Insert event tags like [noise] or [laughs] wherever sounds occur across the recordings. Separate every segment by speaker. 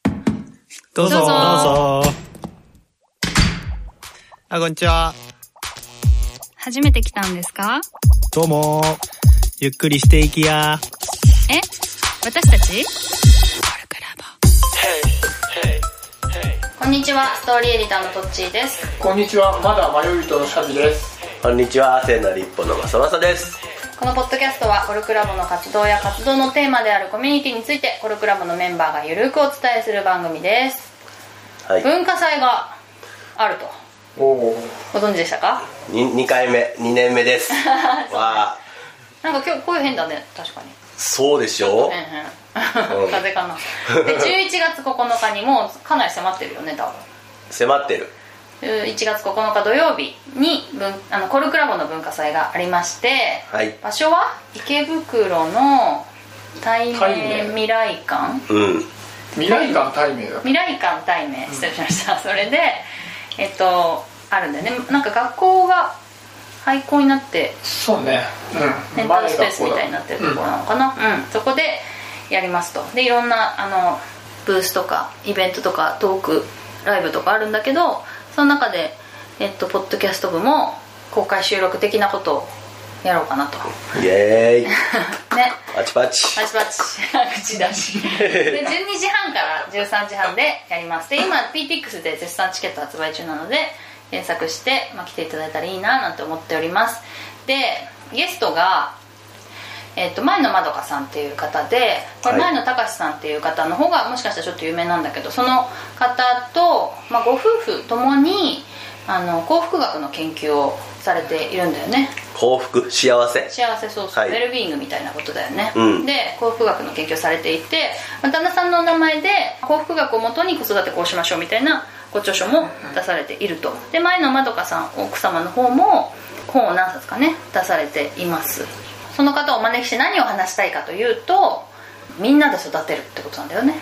Speaker 1: どうぞ
Speaker 2: どうぞ
Speaker 1: どうぞあ、こんにちは。
Speaker 2: 初めて来たんですか
Speaker 1: どうもゆっくりしていきや。
Speaker 2: え私たちこんにちは、ストーリーエディターのトッチーです。
Speaker 3: こんにちは、まだ迷い人のシャビです。
Speaker 4: こんにちは、アセナル一歩のマサマサです。
Speaker 2: このポッドキャストはコルクラボの活動や活動のテーマであるコミュニティについてコルクラボのメンバーがゆるくお伝えする番組です。
Speaker 4: はい、
Speaker 2: 文化祭があると
Speaker 3: おお。
Speaker 2: ご存知でしたか？
Speaker 4: に二回目、二年
Speaker 2: [laughs]
Speaker 4: 目です。わあ、
Speaker 2: なんか今日声変だね確かに。
Speaker 4: そうでしょ
Speaker 2: 変変。
Speaker 4: うん
Speaker 2: 風邪かな。で11月9日にもうかなり迫ってるよね多分。
Speaker 4: う。迫ってる。
Speaker 2: 1月9日土曜日に文あのコルクラボの文化祭がありまして、
Speaker 4: はい
Speaker 2: 場所は池袋の対面未来館
Speaker 4: うん。
Speaker 3: 未来館対面だ。
Speaker 2: 未来館対面失礼しました、 [laughs] それでえっとあるんだよねなんか学校が廃校になって
Speaker 3: そうね。う
Speaker 2: レン
Speaker 3: ん。
Speaker 2: タルスペースみたいになってるところなのかな、うんそこでやりますとでいろんなあのブースとかイベントとかトークライブとかあるんだけどその中で、えっと、ポッドキャスト部も公開収録的なことをやろうかなと
Speaker 4: イエーイ。
Speaker 2: [laughs] ね
Speaker 4: パチパチ。
Speaker 2: パチパチ口出しで12時半から13時半でやりますで今 PTX で絶賛チケット発売中なので検索して、まあ、来ていただいたらいいななんて思っておりますでゲストが、えっと前野まどかさんっていう方でこれ
Speaker 4: はい
Speaker 2: 前野隆さんっていう方の方がもしかしたらちょっと有名なんだけどその方と、まあ、ご夫婦ともにあの幸福学の研究をされているんだよね
Speaker 4: 幸福、幸せ。
Speaker 2: 幸せそうそう、
Speaker 4: はい
Speaker 2: ウェルビーイングみたいなことだよね、
Speaker 4: うん
Speaker 2: で幸福学の研究をされていて旦那さんのお名前で幸福学をもとに子育てこうしましょうみたいなご著書も出されているとで前のまどかさん奥様の方も本を何冊かね出されていますその方をお招きして何を話したいかというとみんなで育てるってことなんだよね。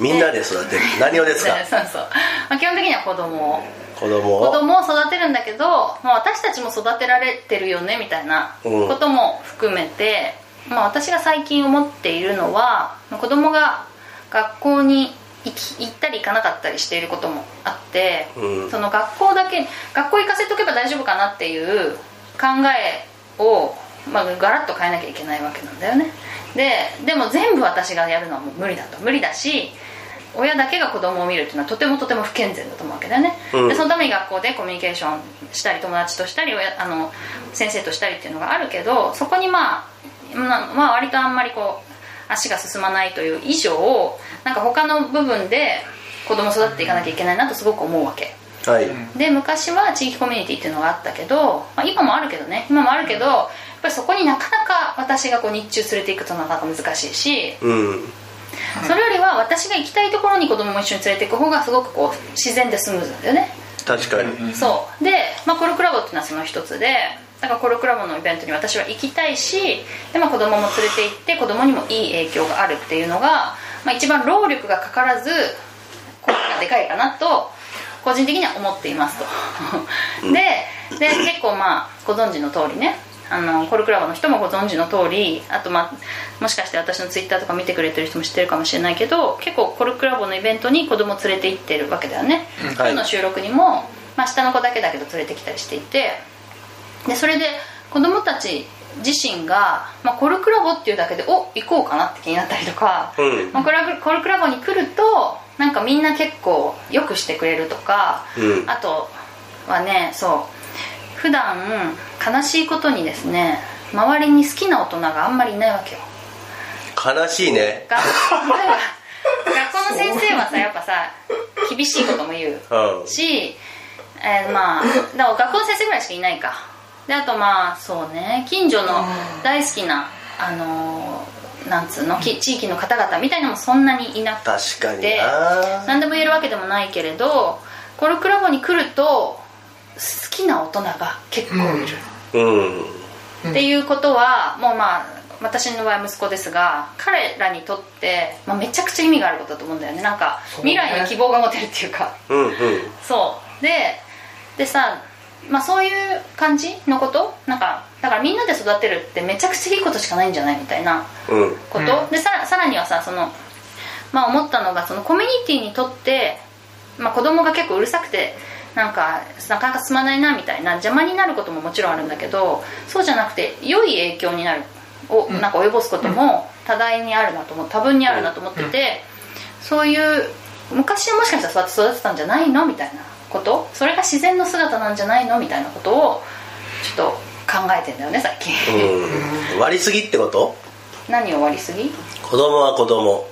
Speaker 4: みんなで育てる。何をですか
Speaker 2: [laughs] そうそう、まあ、基本的には子供を
Speaker 4: 子供
Speaker 2: 子
Speaker 4: を。
Speaker 2: 供を育てるんだけど、まあ、私たちも育てられてるよねみたいな
Speaker 4: うん
Speaker 2: ことも含めて、まあ、私が最近思っているのはまあ子供が学校に行き行ったり行かなかったりしていることもあって、
Speaker 4: うん
Speaker 2: その学校だけ学校行かせとけば大丈夫かなっていう考えを、まあ、ガラッと変えなきゃいけないわけなんだよねででも全部私がやるのはもう無理だと無理だし親だけが子供を見るっていうのはとてもとても不健全だと思うわけだよね、
Speaker 4: うん
Speaker 2: でそのために学校でコミュニケーションしたり友達としたり親あの先生としたりっていうのがあるけどそこにまあ、まあまあ、割とあんまりこう足が進まないという以上なんか他の部分で子供を育てていかなきゃいけないなとすごく思うわけ
Speaker 4: はい。
Speaker 2: で昔は地域コミュニティっていうのがあったけど、まあ、今もあるけどね今もあるけどやっぱりそこになかなか私がこう日中連れていくとなかなか難しいし
Speaker 4: うん。
Speaker 2: それよりは私が行きたいところに子供も一緒に連れていく方がすごくこう自然でスムーズなんだよね
Speaker 4: 確かに。
Speaker 2: そうで、まあ、コルクラボっていうのはその一つでだからコルクラボのイベントに私は行きたいしで、まあ、子供も連れて行って子供にもいい影響があるっていうのが、まあ、一番労力がかからず効果がでかいかなと個人的には思っていますとでで結構まあご存知の通りねあのコルクラボの人もご存知の通りあと、まあ、もしかして私のツイッターとか見てくれてる人も知ってるかもしれないけど結構コルクラボのイベントに子供連れて行ってるわけだよね、
Speaker 4: ん
Speaker 2: 今日の収録にも、まあ、下の子だけだけど連れてきたりしていてでそれで子供たち自身が、まあ、コルクラボっていうだけでお行こうかなって気になったりとか、
Speaker 4: うん
Speaker 2: まあ、コラコルクラボに来るとなんかみんな結構よくしてくれるとか、
Speaker 4: うん
Speaker 2: あとはねそう普段悲しいことにですね周りに好きな大人があんまりいないわけよ
Speaker 4: 悲しいね。 [laughs]
Speaker 2: が学校の先生はさやっぱさ厳しいことも言う
Speaker 4: うん。
Speaker 2: し、えーまあだから学校の先生ぐらいしかいないかであとまあそうね近所の大好きなあのーなんつうのき地域の方々みたいなのもそんなにいなくて
Speaker 4: 確かにな。
Speaker 2: 何でも言えるわけでもないけれどコルクラボに来ると好きな大人が結構いる、
Speaker 4: うん。
Speaker 2: っていうことはもうまあ私の場合息子ですが彼らにとって、まあ、めちゃくちゃ意味があることだと思うんだよねなんか
Speaker 3: そうね
Speaker 2: 未来に希望が持てるっていうか
Speaker 4: うんうん。
Speaker 2: そうででさ、まあ、そういう感じのことなんかだからみんなで育てるってめちゃくちゃいいことしかないんじゃないみたいな
Speaker 4: うん。
Speaker 2: こと、でさらさらにはさそのまあ、思ったのがそのコミュニティにとって、まあ、子供が結構うるさくてなんかなかなか進まないなみたいな邪魔になることももちろんあるんだけどそうじゃなくて良い影響になるをなんか及ぼすことも多大にあるなと思う多分にあるなと思っててそういう昔はもしかしたらそうやって育てたんじゃないのみたいなことそれが自然の姿なんじゃないのみたいなことをちょっと考えてんだよね最近
Speaker 4: うん割りすぎってこと
Speaker 2: 何を割りすぎ
Speaker 4: 子供は子供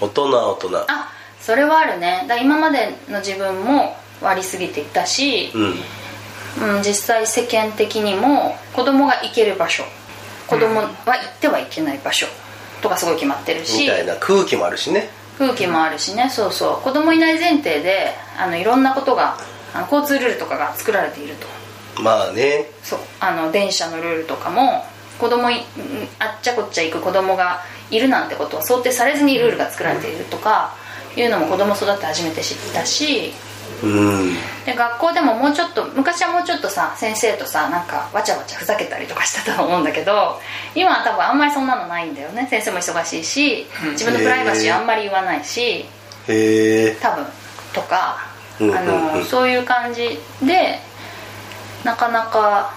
Speaker 4: 大人は大人
Speaker 2: あそれはあるねだから今までの自分も割りすぎていたし、
Speaker 4: うん
Speaker 2: うん、実際世間的にも子供が行ける場所子供は行ってはいけない場所とかすごい決まってる
Speaker 4: み
Speaker 2: した
Speaker 4: いな空気もあるしね
Speaker 2: 空気もあるしねそうそう子供いない前提であのいろんなことがあの交通ルールとかが作られていると
Speaker 4: まあね
Speaker 2: そうあの電車のルールとかも子供いんあっちゃこっちゃ行く子供がいるなんてことは想定されずにルールが作られているとかいうのも子供育って初めて知ったし
Speaker 4: うん
Speaker 2: で学校でももうちょっと昔はもうちょっとさ先生とさなんかわちゃわちゃふざけたりとかしたと思うんだけど今は多分あんまりそんなのないんだよね先生も忙しいし自分のプライバシーあんまり言わないし
Speaker 4: へえ
Speaker 2: 多分とかあ
Speaker 4: うんうんうん
Speaker 2: のそういう感じでなかなか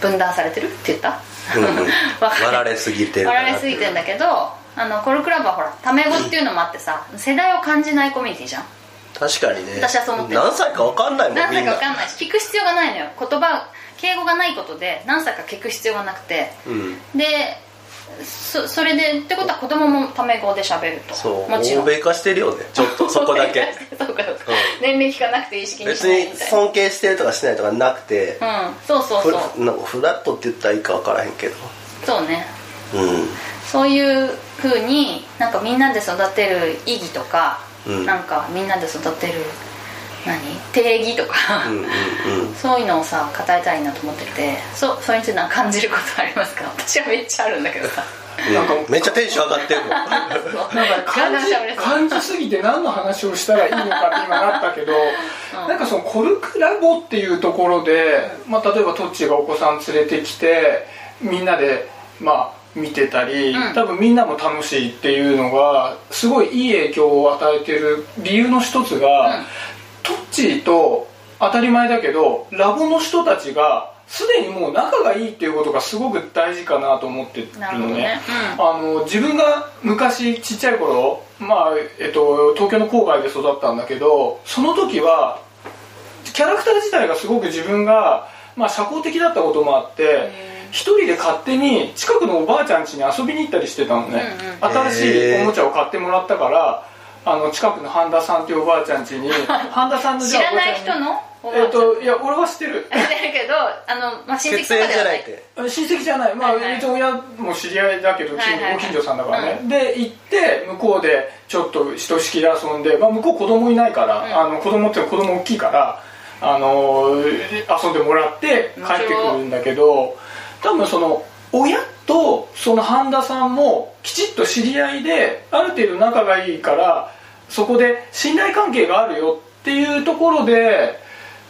Speaker 2: 分断されてるって言った
Speaker 4: う
Speaker 2: [laughs]
Speaker 4: んうん
Speaker 2: わかんない
Speaker 4: 割られすぎてるかな
Speaker 2: 笑いすぎてんだけどあのコルクラブはほらタメ語っていうのもあってさ世代を感じないコミュニティじゃん
Speaker 4: 確かにね
Speaker 2: 私はそう思ってる
Speaker 4: 何歳か分かんないもん
Speaker 2: 何
Speaker 4: み
Speaker 2: 歳
Speaker 4: ん
Speaker 2: か
Speaker 4: な
Speaker 2: 分かんないし聞く必要がないのよ言葉敬語がないことで何歳か聞く必要がなくて
Speaker 4: うん
Speaker 2: でそそれでってことは子供もタメ語で喋ると
Speaker 4: そう
Speaker 2: もちろ
Speaker 4: 欧
Speaker 2: ん
Speaker 4: 米化してるよねちょっとそこだけ
Speaker 2: [laughs] そうかそうか
Speaker 4: う
Speaker 2: 年齢聞かなくていい識にし
Speaker 4: 別
Speaker 2: ない
Speaker 4: に
Speaker 2: みたいな
Speaker 4: 尊敬してるとかしないとかなくて
Speaker 2: うんそうそう
Speaker 4: ふ
Speaker 2: そう
Speaker 4: らなんかフラットって言ったらいいか分からへんけど
Speaker 2: そうね
Speaker 4: うん
Speaker 2: そういうふうになんかみんなで育てる意義とか、
Speaker 4: うん
Speaker 2: なんかみんなで育てる何定義とか、
Speaker 4: うんうんうん
Speaker 2: そういうのをさ語りたいなと思っててそうそれについて何か感じることありますか [laughs] 私はめっちゃあるんだけどさ
Speaker 4: なんかめっちゃテンション上がってるもん
Speaker 2: そう [laughs]
Speaker 3: なんか
Speaker 2: ガン
Speaker 3: 感
Speaker 2: ガン
Speaker 3: じ
Speaker 2: 喋れそう
Speaker 3: 感じすぎて何の話をしたらいいのかって今なったけど、
Speaker 2: うん
Speaker 3: なんかそのコルクラボっていうところで、まあ、例えばトッチがお子さん連れてきてみんなでまあ見てたり、
Speaker 2: うん
Speaker 3: 多分みんなも楽しいっていうのがすごいいい影響を与えてる理由の一つが、
Speaker 2: うん
Speaker 3: トッチーと当たり前だけどラボの人たちがすでにもう仲がいいっていうことがすごく大事かなと思ってる
Speaker 2: なる
Speaker 3: の
Speaker 2: ほど
Speaker 3: ね
Speaker 2: ね、
Speaker 3: あの自分が昔ちっちゃい頃、まあえっと、東京の郊外で育ったんだけどその時はキャラクター自体がすごく自分が、まあ、社交的だったこともあって一人で勝手に近くのおばあちゃん家に遊びに行ったりしてたのね、
Speaker 2: う
Speaker 3: 新しいおもちゃを買ってもらったからあの近くの半田さんっていうおばあちゃん
Speaker 2: [laughs]
Speaker 3: 家に半田さん
Speaker 2: う
Speaker 3: の
Speaker 2: ん、
Speaker 3: じ
Speaker 2: 知
Speaker 3: ゃあ
Speaker 2: らない人の
Speaker 3: お
Speaker 2: お
Speaker 3: ば
Speaker 2: ば
Speaker 3: あちゃんえ
Speaker 2: あ
Speaker 3: っ
Speaker 2: ち [laughs] ゃん
Speaker 3: といや俺は知ってる
Speaker 2: だけどあの、まあ、親
Speaker 4: 血
Speaker 2: 戚
Speaker 4: 縁
Speaker 2: と
Speaker 4: じ
Speaker 2: かで
Speaker 4: ゃ
Speaker 2: はない
Speaker 4: な
Speaker 2: い
Speaker 4: って
Speaker 3: 親戚じゃない、まあ、
Speaker 2: はいはいう
Speaker 3: ちの親も知り合いだけど、
Speaker 2: はいはいはい
Speaker 3: 近所お近所さんだからね、で行って向こうでちょっとひとしきり遊んで、まあ、向こう子供いないから、
Speaker 2: う
Speaker 3: あの子供って子供大きいから、あのー遊んでもらって帰ってくるんだけど多分その親とその半田さんもきちっと知り合いである程度仲がいいからそこで信頼関係があるよっていうところで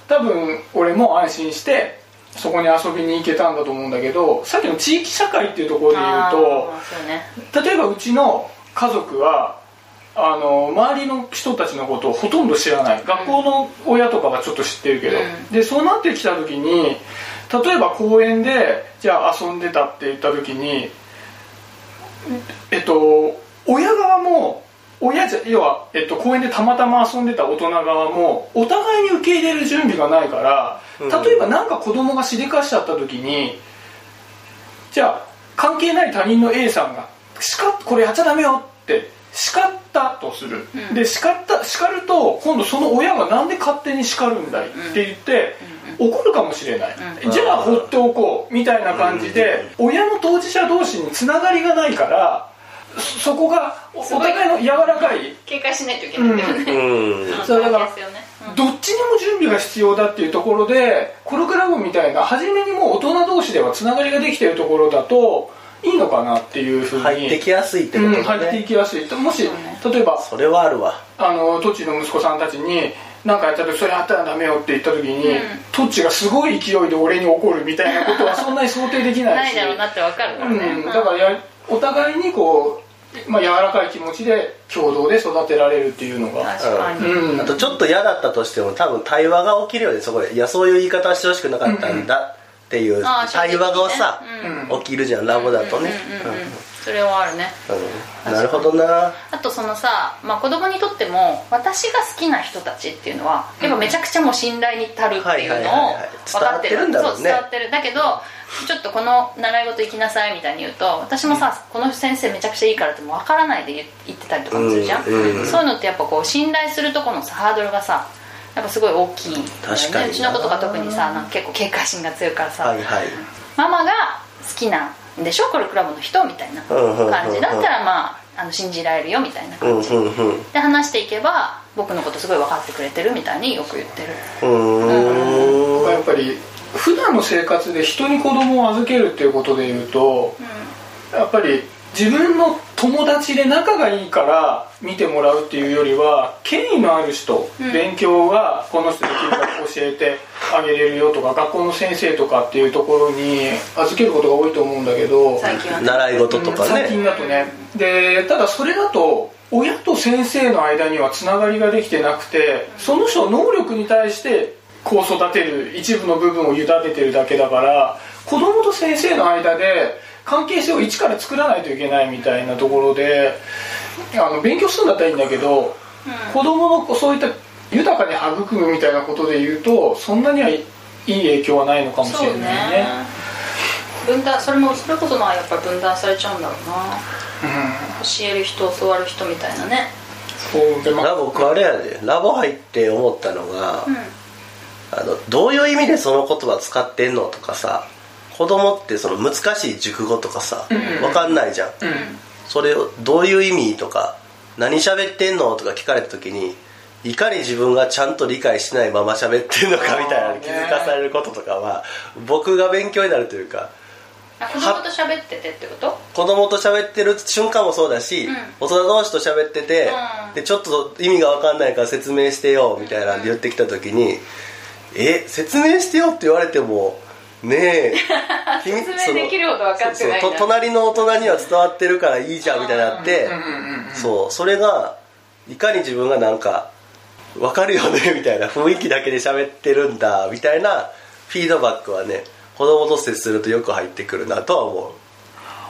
Speaker 3: 多分俺も安心してそこに遊びに行けたんだと思うんだけどさっきの地域社会っていうところで言
Speaker 2: あ
Speaker 3: う
Speaker 2: ー
Speaker 3: と
Speaker 2: そうね
Speaker 3: 例えばうちの家族はあの周りの人たちのことをほとんど知らない学校の親とかはちょっと知ってるけど、
Speaker 2: うん
Speaker 3: でそうなってきた時に例えば公園でじゃあ遊んでたって言った時にえっと親側も親じゃ要は、えっと、公園でたまたま遊んでた大人側もお互いに受け入れる準備がないから
Speaker 4: うん
Speaker 3: 例えば何か子供がしでかしちゃった時に、じゃあ関係ない他人の A さんが「叱っこれやっちゃダメよ」って叱ったとする、
Speaker 2: うん
Speaker 3: で叱った叱ると今度その親がなんで勝手に叱るんだいって言って、怒るかもしれない、
Speaker 4: うん
Speaker 3: じゃあ放っておこうみたいな感じで、親の当事者同士につながりがないからそそこがおお
Speaker 2: すごい
Speaker 3: 互いの柔らかい
Speaker 2: 警戒しないといけないんだよね、
Speaker 4: うん
Speaker 2: ん
Speaker 3: そうだから
Speaker 2: ですよねうん
Speaker 3: どっちにも準備が必要だっていうところでコルクラブみたいな初めにもう大人同士ではつながりができてるところだといいのかなっていうふうに
Speaker 4: 入ってきやすいってこ
Speaker 3: うん、
Speaker 4: と
Speaker 3: 入っ
Speaker 4: だ
Speaker 3: てい
Speaker 4: ね
Speaker 3: きやすいもし、
Speaker 2: うね
Speaker 3: 例えば
Speaker 4: それはあるわ
Speaker 3: あのトッチの息子さんたちに何かやった時それあったらダメよって言った時に、
Speaker 2: うん
Speaker 3: トッチがすごい勢いで俺に怒るみたいなことはそんなに想定できない
Speaker 2: な
Speaker 3: し
Speaker 2: いだろうなってわかるからね、
Speaker 3: うん、だからやお互いにこうまあ、柔らかい気持ちで共同で育てられるっていうのが、
Speaker 2: 確かに、
Speaker 3: うん
Speaker 4: あとちょっと嫌だったとしても多分対話が起きるよねそこでいやそういう言い方はしてほしくなかったんだっていう
Speaker 2: あー正直
Speaker 4: 対
Speaker 2: にね
Speaker 4: 話がさ、
Speaker 3: うん
Speaker 4: 起きるじゃんラボだとね
Speaker 2: うんうんうんうんそれはあるね
Speaker 4: うんうんなるほどな
Speaker 2: あとそのさ、まあ、子供にとっても私が好きな人たちっていうのはやっぱめちゃくちゃもう信頼に足るっていうのを
Speaker 4: はいはいはい
Speaker 2: 分
Speaker 4: はい
Speaker 2: かってる
Speaker 4: 伝わってるんだろうね
Speaker 2: そう伝わってるだけどちょっとこの習い事行きなさいみたいに言うと私もさ、この先生めちゃくちゃいいからってもう分からないで言言ってたりとかもするじゃん、
Speaker 4: うんうん
Speaker 2: そういうのってやっぱこう信頼するとこのさハードルがさやっぱすごい大きいんだよね
Speaker 4: 確かにな
Speaker 2: うちの子とか特にさなんか結構警戒心が強いからさ、
Speaker 4: はいはい
Speaker 2: ママが好きなんでしょコルクラブの人みたいな感じだったらまああの信じられるよみたいな
Speaker 4: う
Speaker 2: 感
Speaker 4: ん
Speaker 2: じ
Speaker 4: うんうん
Speaker 2: で話していけば僕のことすごい分かってくれてるみたいによく言ってる
Speaker 4: うーん
Speaker 3: やっぱり普段の生活で人に子供を預けるっていうことで言うとやっぱり自分の友達で仲がいいから見てもらうっていうよりは権威のある人、
Speaker 2: うん
Speaker 3: 勉強はこの人できるから教えてあげれるよとか学校の先生とかっていうところに預けることが多いと思うんだけど
Speaker 2: 最近はね
Speaker 4: 習い事とか
Speaker 3: 最近
Speaker 4: ね
Speaker 3: だとねでただそれだと親と先生の間にはつながりができてなくてその人の能力に対してこう育てる一部の部分を委ねてるだけだから子供と先生の間で関係性を一から作らないといけないみたいなところであの勉強するんだったらいいんだけど子供のこうそういった豊かに育むみたいなことで言うとそんなにはいいい影響はないのかもし
Speaker 2: そ
Speaker 3: れ
Speaker 2: う
Speaker 3: ないね
Speaker 2: ね。分断それもそれこそまあやっぱ分断されちゃうんだろうな
Speaker 3: うん
Speaker 2: 教える人教わる人みたいなね
Speaker 3: そうでまあ
Speaker 4: ラボ僕あれやでラボ入って思ったのが、
Speaker 2: うん
Speaker 4: あのどういう意味でその言葉使ってんのとかさ子供ってその難しい熟語とかさ
Speaker 3: ん
Speaker 4: わかんないじゃん、
Speaker 3: うん
Speaker 4: それをどういう意味とか何喋ってんのとか聞かれた時にいかに自分がちゃんと理解しないまま喋ってんのかみたいなのに気づかされることとかは僕が勉強になるというか
Speaker 2: あ子供と喋っててってこと
Speaker 4: 子供と喋ってる瞬間もそうだし、
Speaker 2: うん
Speaker 4: 大人同士と喋ってて、
Speaker 2: うん
Speaker 4: でちょっと意味が分かんないから説明してよみたいなんで言ってきた時に「え説明してよ」って言われても
Speaker 2: [laughs]
Speaker 4: ねえ君
Speaker 2: 説明
Speaker 4: その
Speaker 2: できるほど分かってないな
Speaker 4: そうそうと隣の大人には伝わってるからいいじゃんみたいになって、
Speaker 3: うんうんうん
Speaker 4: そうそれがいかに自分がなんか分かるよねみたいな雰囲気だけで喋ってるんだみたいなフィードバックはね子供と接するとよく入ってくるなとは思う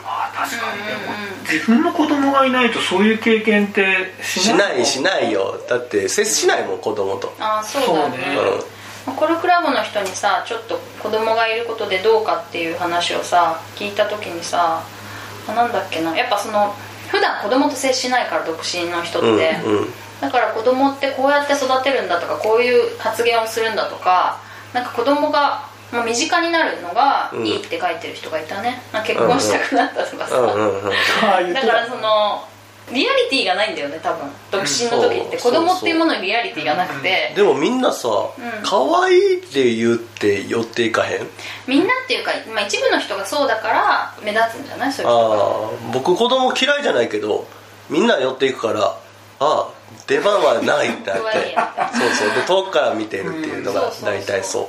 Speaker 3: あー確かにね、
Speaker 2: うんうんうん
Speaker 3: 自分の子供がいないとそういう経験ってし
Speaker 4: し
Speaker 3: な
Speaker 4: ないいしないよだって接しないもん子供と
Speaker 2: ああそうだよね
Speaker 3: そうね
Speaker 4: うん
Speaker 2: まあコルクラボの人にさちょっと子供がいることでどうかっていう話をさ聞いた時にさあなんだっけなやっぱその普段子供と接しないから独身の人って、
Speaker 4: うんうん
Speaker 2: だから子供ってこうやって育てるんだとかこういう発言をするんだとかなんか子供がもう身近になるのがいいって書いてる人がいたね、なんか結婚したくなったとかさ、
Speaker 4: うんうんうん
Speaker 3: ああ言って
Speaker 2: だ
Speaker 3: た
Speaker 2: からそのリアリティがないんだよね多分独身の時って
Speaker 4: そ
Speaker 2: 子
Speaker 4: うそう
Speaker 2: 供っていうものにリアリティがなくて
Speaker 4: でもみんなさ
Speaker 2: ん
Speaker 4: 可愛いって言って寄っていかへん
Speaker 2: みんなっていうか、まあ、一部の人がそうだから目立つんじゃないそういう人が
Speaker 4: ああ僕子供嫌いじゃないけどみんな寄っていくからああ出番はないってなっ
Speaker 2: 可愛い
Speaker 4: て
Speaker 2: や
Speaker 4: そうそうで遠くから見てるっていうの
Speaker 2: う
Speaker 4: が
Speaker 2: んそうそうそう
Speaker 4: 大体そう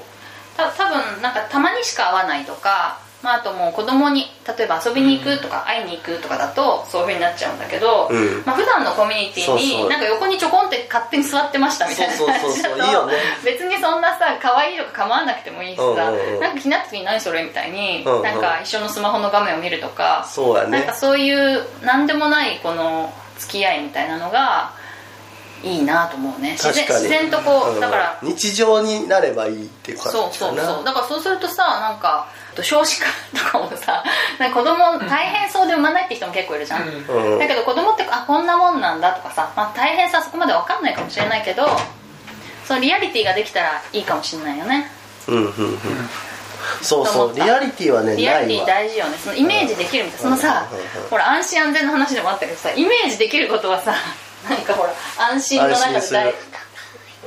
Speaker 2: た多分なんかたまにしか会わないとか、まあ、あともう子供に例えば遊びに行くとか会いに行くとかだとそういう風になっちゃうんだけど、
Speaker 4: うん
Speaker 2: まあ、普段のコミュニティ
Speaker 4: そう
Speaker 2: に
Speaker 4: そう
Speaker 2: なんか横にちょこんって勝手に座ってましたみたいな
Speaker 4: そうそうそう
Speaker 2: 感じだと
Speaker 4: そういいよね
Speaker 2: 別にそんなさ可愛いとか構わなくてもいいしさ、
Speaker 4: うんうんうん
Speaker 2: なんか気になった時に何それみたいに、
Speaker 4: うんうん
Speaker 2: なんか一緒のスマホの画面を見るとか
Speaker 4: そうや
Speaker 2: なん
Speaker 4: ね
Speaker 2: かそういう何でもないこの付き合いみたいなのがいいなと思うね自
Speaker 4: 確
Speaker 2: 然
Speaker 4: かに
Speaker 2: 自然とこ
Speaker 4: うん
Speaker 2: うだから
Speaker 4: 日常になればいいっていう感じか
Speaker 2: そ
Speaker 4: な
Speaker 2: うそうそうだからそうするとさなんか少子化とかもさ [laughs] なんか子供大変そうで産まないって人も結構いるじゃん、
Speaker 3: うん
Speaker 4: うん
Speaker 2: だけど子供ってあこんなもんなんだとかさ、まあ、大変さそこまで分かんないかもしれないけどそのリアリティができたらいいかもしれないよね
Speaker 4: うんうんうんそう
Speaker 2: と
Speaker 4: そ
Speaker 2: 思
Speaker 4: う
Speaker 2: っ
Speaker 4: リ
Speaker 2: た
Speaker 4: アリティはね
Speaker 2: リアリ
Speaker 4: な
Speaker 2: テ
Speaker 4: い
Speaker 2: ィ
Speaker 4: わ
Speaker 2: 大事よねそのイメージできるみたいな、そのさ、
Speaker 4: うんうんうん
Speaker 2: ほら安心安全の話でもあったけどさイメージできることはさなんかほら安心の中で
Speaker 4: 安心する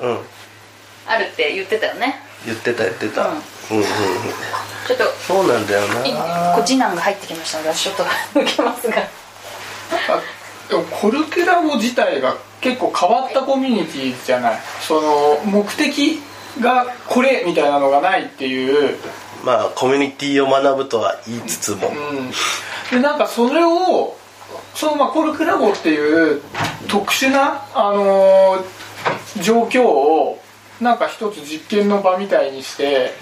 Speaker 2: 大
Speaker 4: うん
Speaker 2: あるって言ってたよね
Speaker 4: 言ってた言ってた
Speaker 2: う
Speaker 4: うんんうんうん
Speaker 2: ちょっと
Speaker 4: そうなんだよ
Speaker 2: い
Speaker 4: な
Speaker 2: こう次男が入ってきましたので私ちょっと [laughs] 抜けますが
Speaker 3: あでもコルクラボ自体が結構変わったコミュニティじゃないその目的がこれみたいなのがないっていう、
Speaker 4: まあコミュニティを学ぶとは言いつつも
Speaker 3: うん、でなんかそれをそのまあコルクラボっていう特殊な、あのー状況をなんか一つ実験の場みたいにして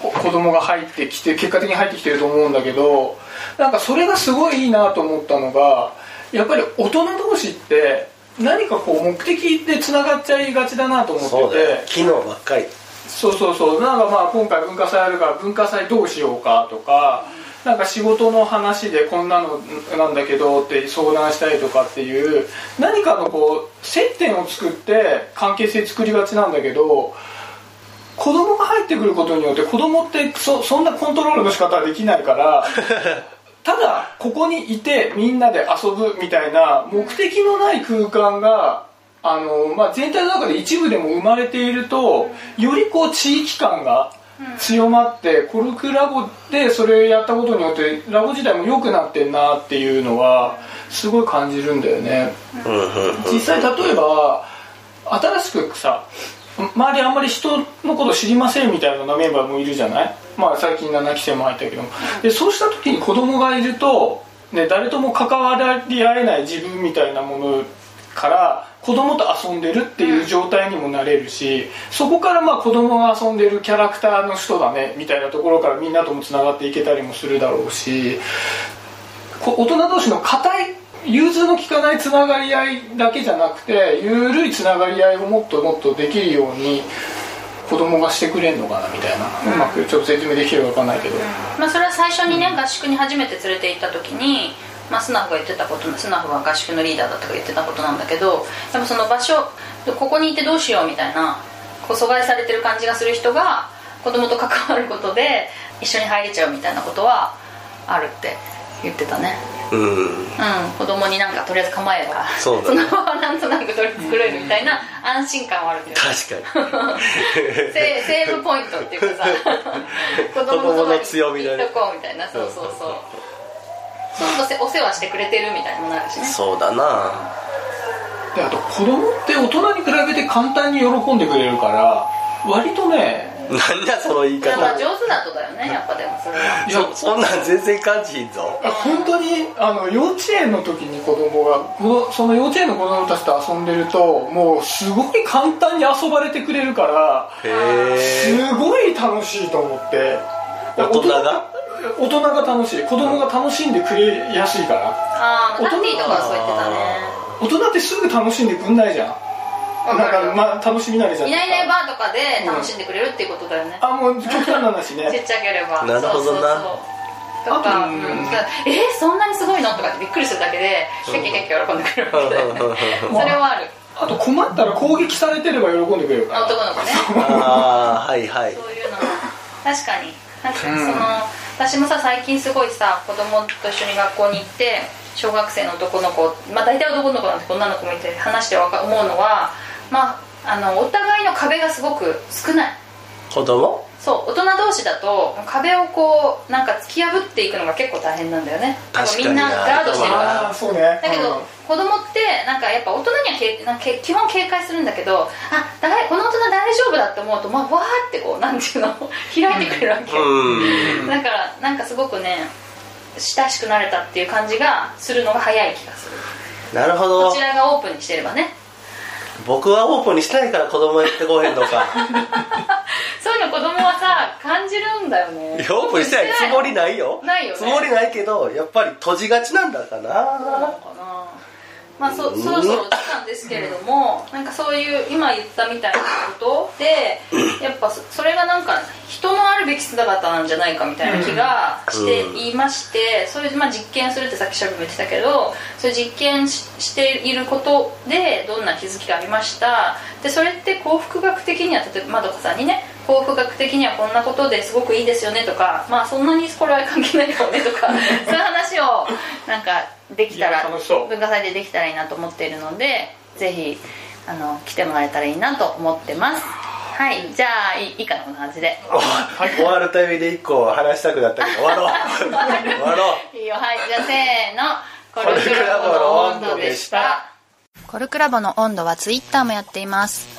Speaker 3: こ子供が入ってきて結果的に入ってきてると思うんだけどなんかそれがすごいいいなと思ったのがやっぱり大人同士って何かこう目的でつながっちゃいがちだなと思ってて。
Speaker 4: そうだよ機能ばっかり
Speaker 3: そうそうそうなんかまあ今回文化祭あるから文化祭どうしようかとかなんか仕事の話でこんなのなんだけどって相談したりとかっていう何かのこう接点を作って関係性作りがちなんだけど子供が入ってくることによって子供ってそそんなコントロールの仕方はできないからただここにいてみんなで遊ぶみたいな目的のない空間があの、まあ、全体の中で一部でも生まれているとよりこう地域感が強まってコルクラボでそれやったことによってラボ自体も良くなってんなっていうのはすごい感じるんだよね。
Speaker 4: うんうんうん
Speaker 3: 実際例えば新しくさ周りあんまり人のこと知りませんみたいなメンバーもいるじゃない、まあ、最近7期生も入ったけどもでそうした時に子供がいると、ね、誰とも関わり合えない自分みたいなものから子供と遊んでるっていう状態にもなれるしそこからまあ子供が遊んでるキャラクターの人だねみたいなところからみんなともつながっていけたりもするだろうしこ大人同士の固い融通の利かないつながり合いだけじゃなくてゆるいつながり合いをもっともっとできるように子供がしてくれんのかなみたいな、うまくちょっと説明できるかわかんないけど、
Speaker 2: まあ、それは最初にね合宿に初めて連れて行った時に、まあ、スナフが言ってたことスナフは合宿のリーダーだったから言ってたことなんだけどでもその場所ここにいてどうしようみたいなこう阻害されてる感じがする人が子供と関わることで一緒に入れちゃうみたいなことはあるって言ってたね
Speaker 4: うん
Speaker 2: うん子供になんかとりあえず構えば
Speaker 4: そうだ
Speaker 2: そ
Speaker 4: ね
Speaker 2: のままなんとなく取り繕えるみたいな安心感はあるけど
Speaker 4: 確かに
Speaker 2: セセーブポイントっていうかさ子
Speaker 4: 子供の強みだ
Speaker 2: 行
Speaker 4: ね
Speaker 2: っとこうみたいなそうそうそうそうそうせお世話してくれてるみたいにもなるし [laughs] ね
Speaker 4: そうだな
Speaker 3: であと子供って大人に比べて簡単に喜んでくれるから割とね
Speaker 4: なんだその言い
Speaker 2: やっぱ
Speaker 4: 方
Speaker 2: 上手だとだよねやっぱでもそれはい
Speaker 3: や
Speaker 4: そそんなん全然感じひんぞ
Speaker 3: 本当にあの幼稚園の時に子供がこのその幼稚園の子供たちと遊んでるともうすごい簡単に遊ばれてくれるから
Speaker 4: へ
Speaker 2: [laughs]
Speaker 3: す
Speaker 4: え
Speaker 3: ごい楽しいと思って
Speaker 4: 大人が
Speaker 3: 大人が楽しい子供が楽しんでくれやすいから
Speaker 2: ああ
Speaker 3: 大
Speaker 2: タ
Speaker 3: 人
Speaker 2: ンディとかはそう言ってたね
Speaker 3: 大人ってすぐ楽しんでくんないじゃん
Speaker 2: わ
Speaker 3: だ
Speaker 2: か
Speaker 3: か
Speaker 2: る
Speaker 3: らまあ楽しみなりじゃん
Speaker 2: いないいないバーとかで楽しんでくれるっていうことだよね、
Speaker 3: あもう極端な話
Speaker 2: ち [laughs]
Speaker 3: ね
Speaker 2: っちゃければ
Speaker 4: なる
Speaker 2: そ
Speaker 4: ほどな
Speaker 2: うそうそうとか、
Speaker 3: あと
Speaker 2: う
Speaker 3: うんん
Speaker 2: だからえーそんなにすごいのとかってびっくりするだけでキャッキャッキャッキャ喜んでくれるわけだよね
Speaker 4: [laughs]
Speaker 2: それはある
Speaker 3: あと困ったら攻撃されてれば喜んでくれるから
Speaker 2: あ男の子ね
Speaker 4: ああはいはい
Speaker 2: そういうのも確かになんかその、私もさ最近すごいさ子供と一緒に学校に行って小学生の男の子まあ大体男の子なんて女の子もいて話してわか思うのはまああのお互いの壁がすごく少ない
Speaker 4: 子供
Speaker 2: そう大人同士だと壁をこうなんか突き破っていくのが結構大変なんだよねなん
Speaker 4: 確かに
Speaker 2: みんなガードしてるから
Speaker 3: ああそうね
Speaker 2: だけど、
Speaker 3: うん
Speaker 2: 子供ってなんかやっぱ大人にはけなんかけ基本警戒するんだけどあだいこの大人大丈夫だって思うと、まあ、わーってこうなん [laughs] ていうの開いてくれるわけ、
Speaker 4: うん
Speaker 2: だからなんかすごくね親しくなれたっていう感じがするのが早い気がする
Speaker 4: なるほ
Speaker 2: こ
Speaker 4: ど
Speaker 2: ちらがオープンにしてればね
Speaker 4: 僕はオープンにしたいから子供やってこうへんのか
Speaker 2: [laughs] そういうの子供はさ感じるんだよね
Speaker 4: いやオープンしてないつもりないよ
Speaker 2: ないよね
Speaker 4: つもりないけどやっぱり閉じがちなんだか
Speaker 2: そうなの
Speaker 4: な
Speaker 2: かなまあそそろそろ来たんですけれども、なんかそういう今言ったみたいなことでやっぱそそれがなんか人のあるべき姿なんじゃないかみたいな気がしていまして、そういう、まあ、実験するってさっきしゃべも言ってたけどそういう実験ししていることでどんな気づきがありましたでそれって幸福学的には例えばまどかさんにね幸福学的にはこんなことですごくいいですよねとかまあそんなにこれは関係ないかもねとか [laughs] そういう話をなんかできた
Speaker 3: い
Speaker 2: ら
Speaker 3: や楽しそう
Speaker 2: 文化祭でできたらいいなと思っているのでぜひあの来てもらえたらいいなと思ってますはいじゃあいいいかなこんな感じで
Speaker 4: 終わるタイミングで一個話したくなったけど終わろう終わろう
Speaker 2: いいよはいじゃあせーのコ
Speaker 4: ルクラボの温度でした
Speaker 2: コルクラボの温度はツイッターもやっています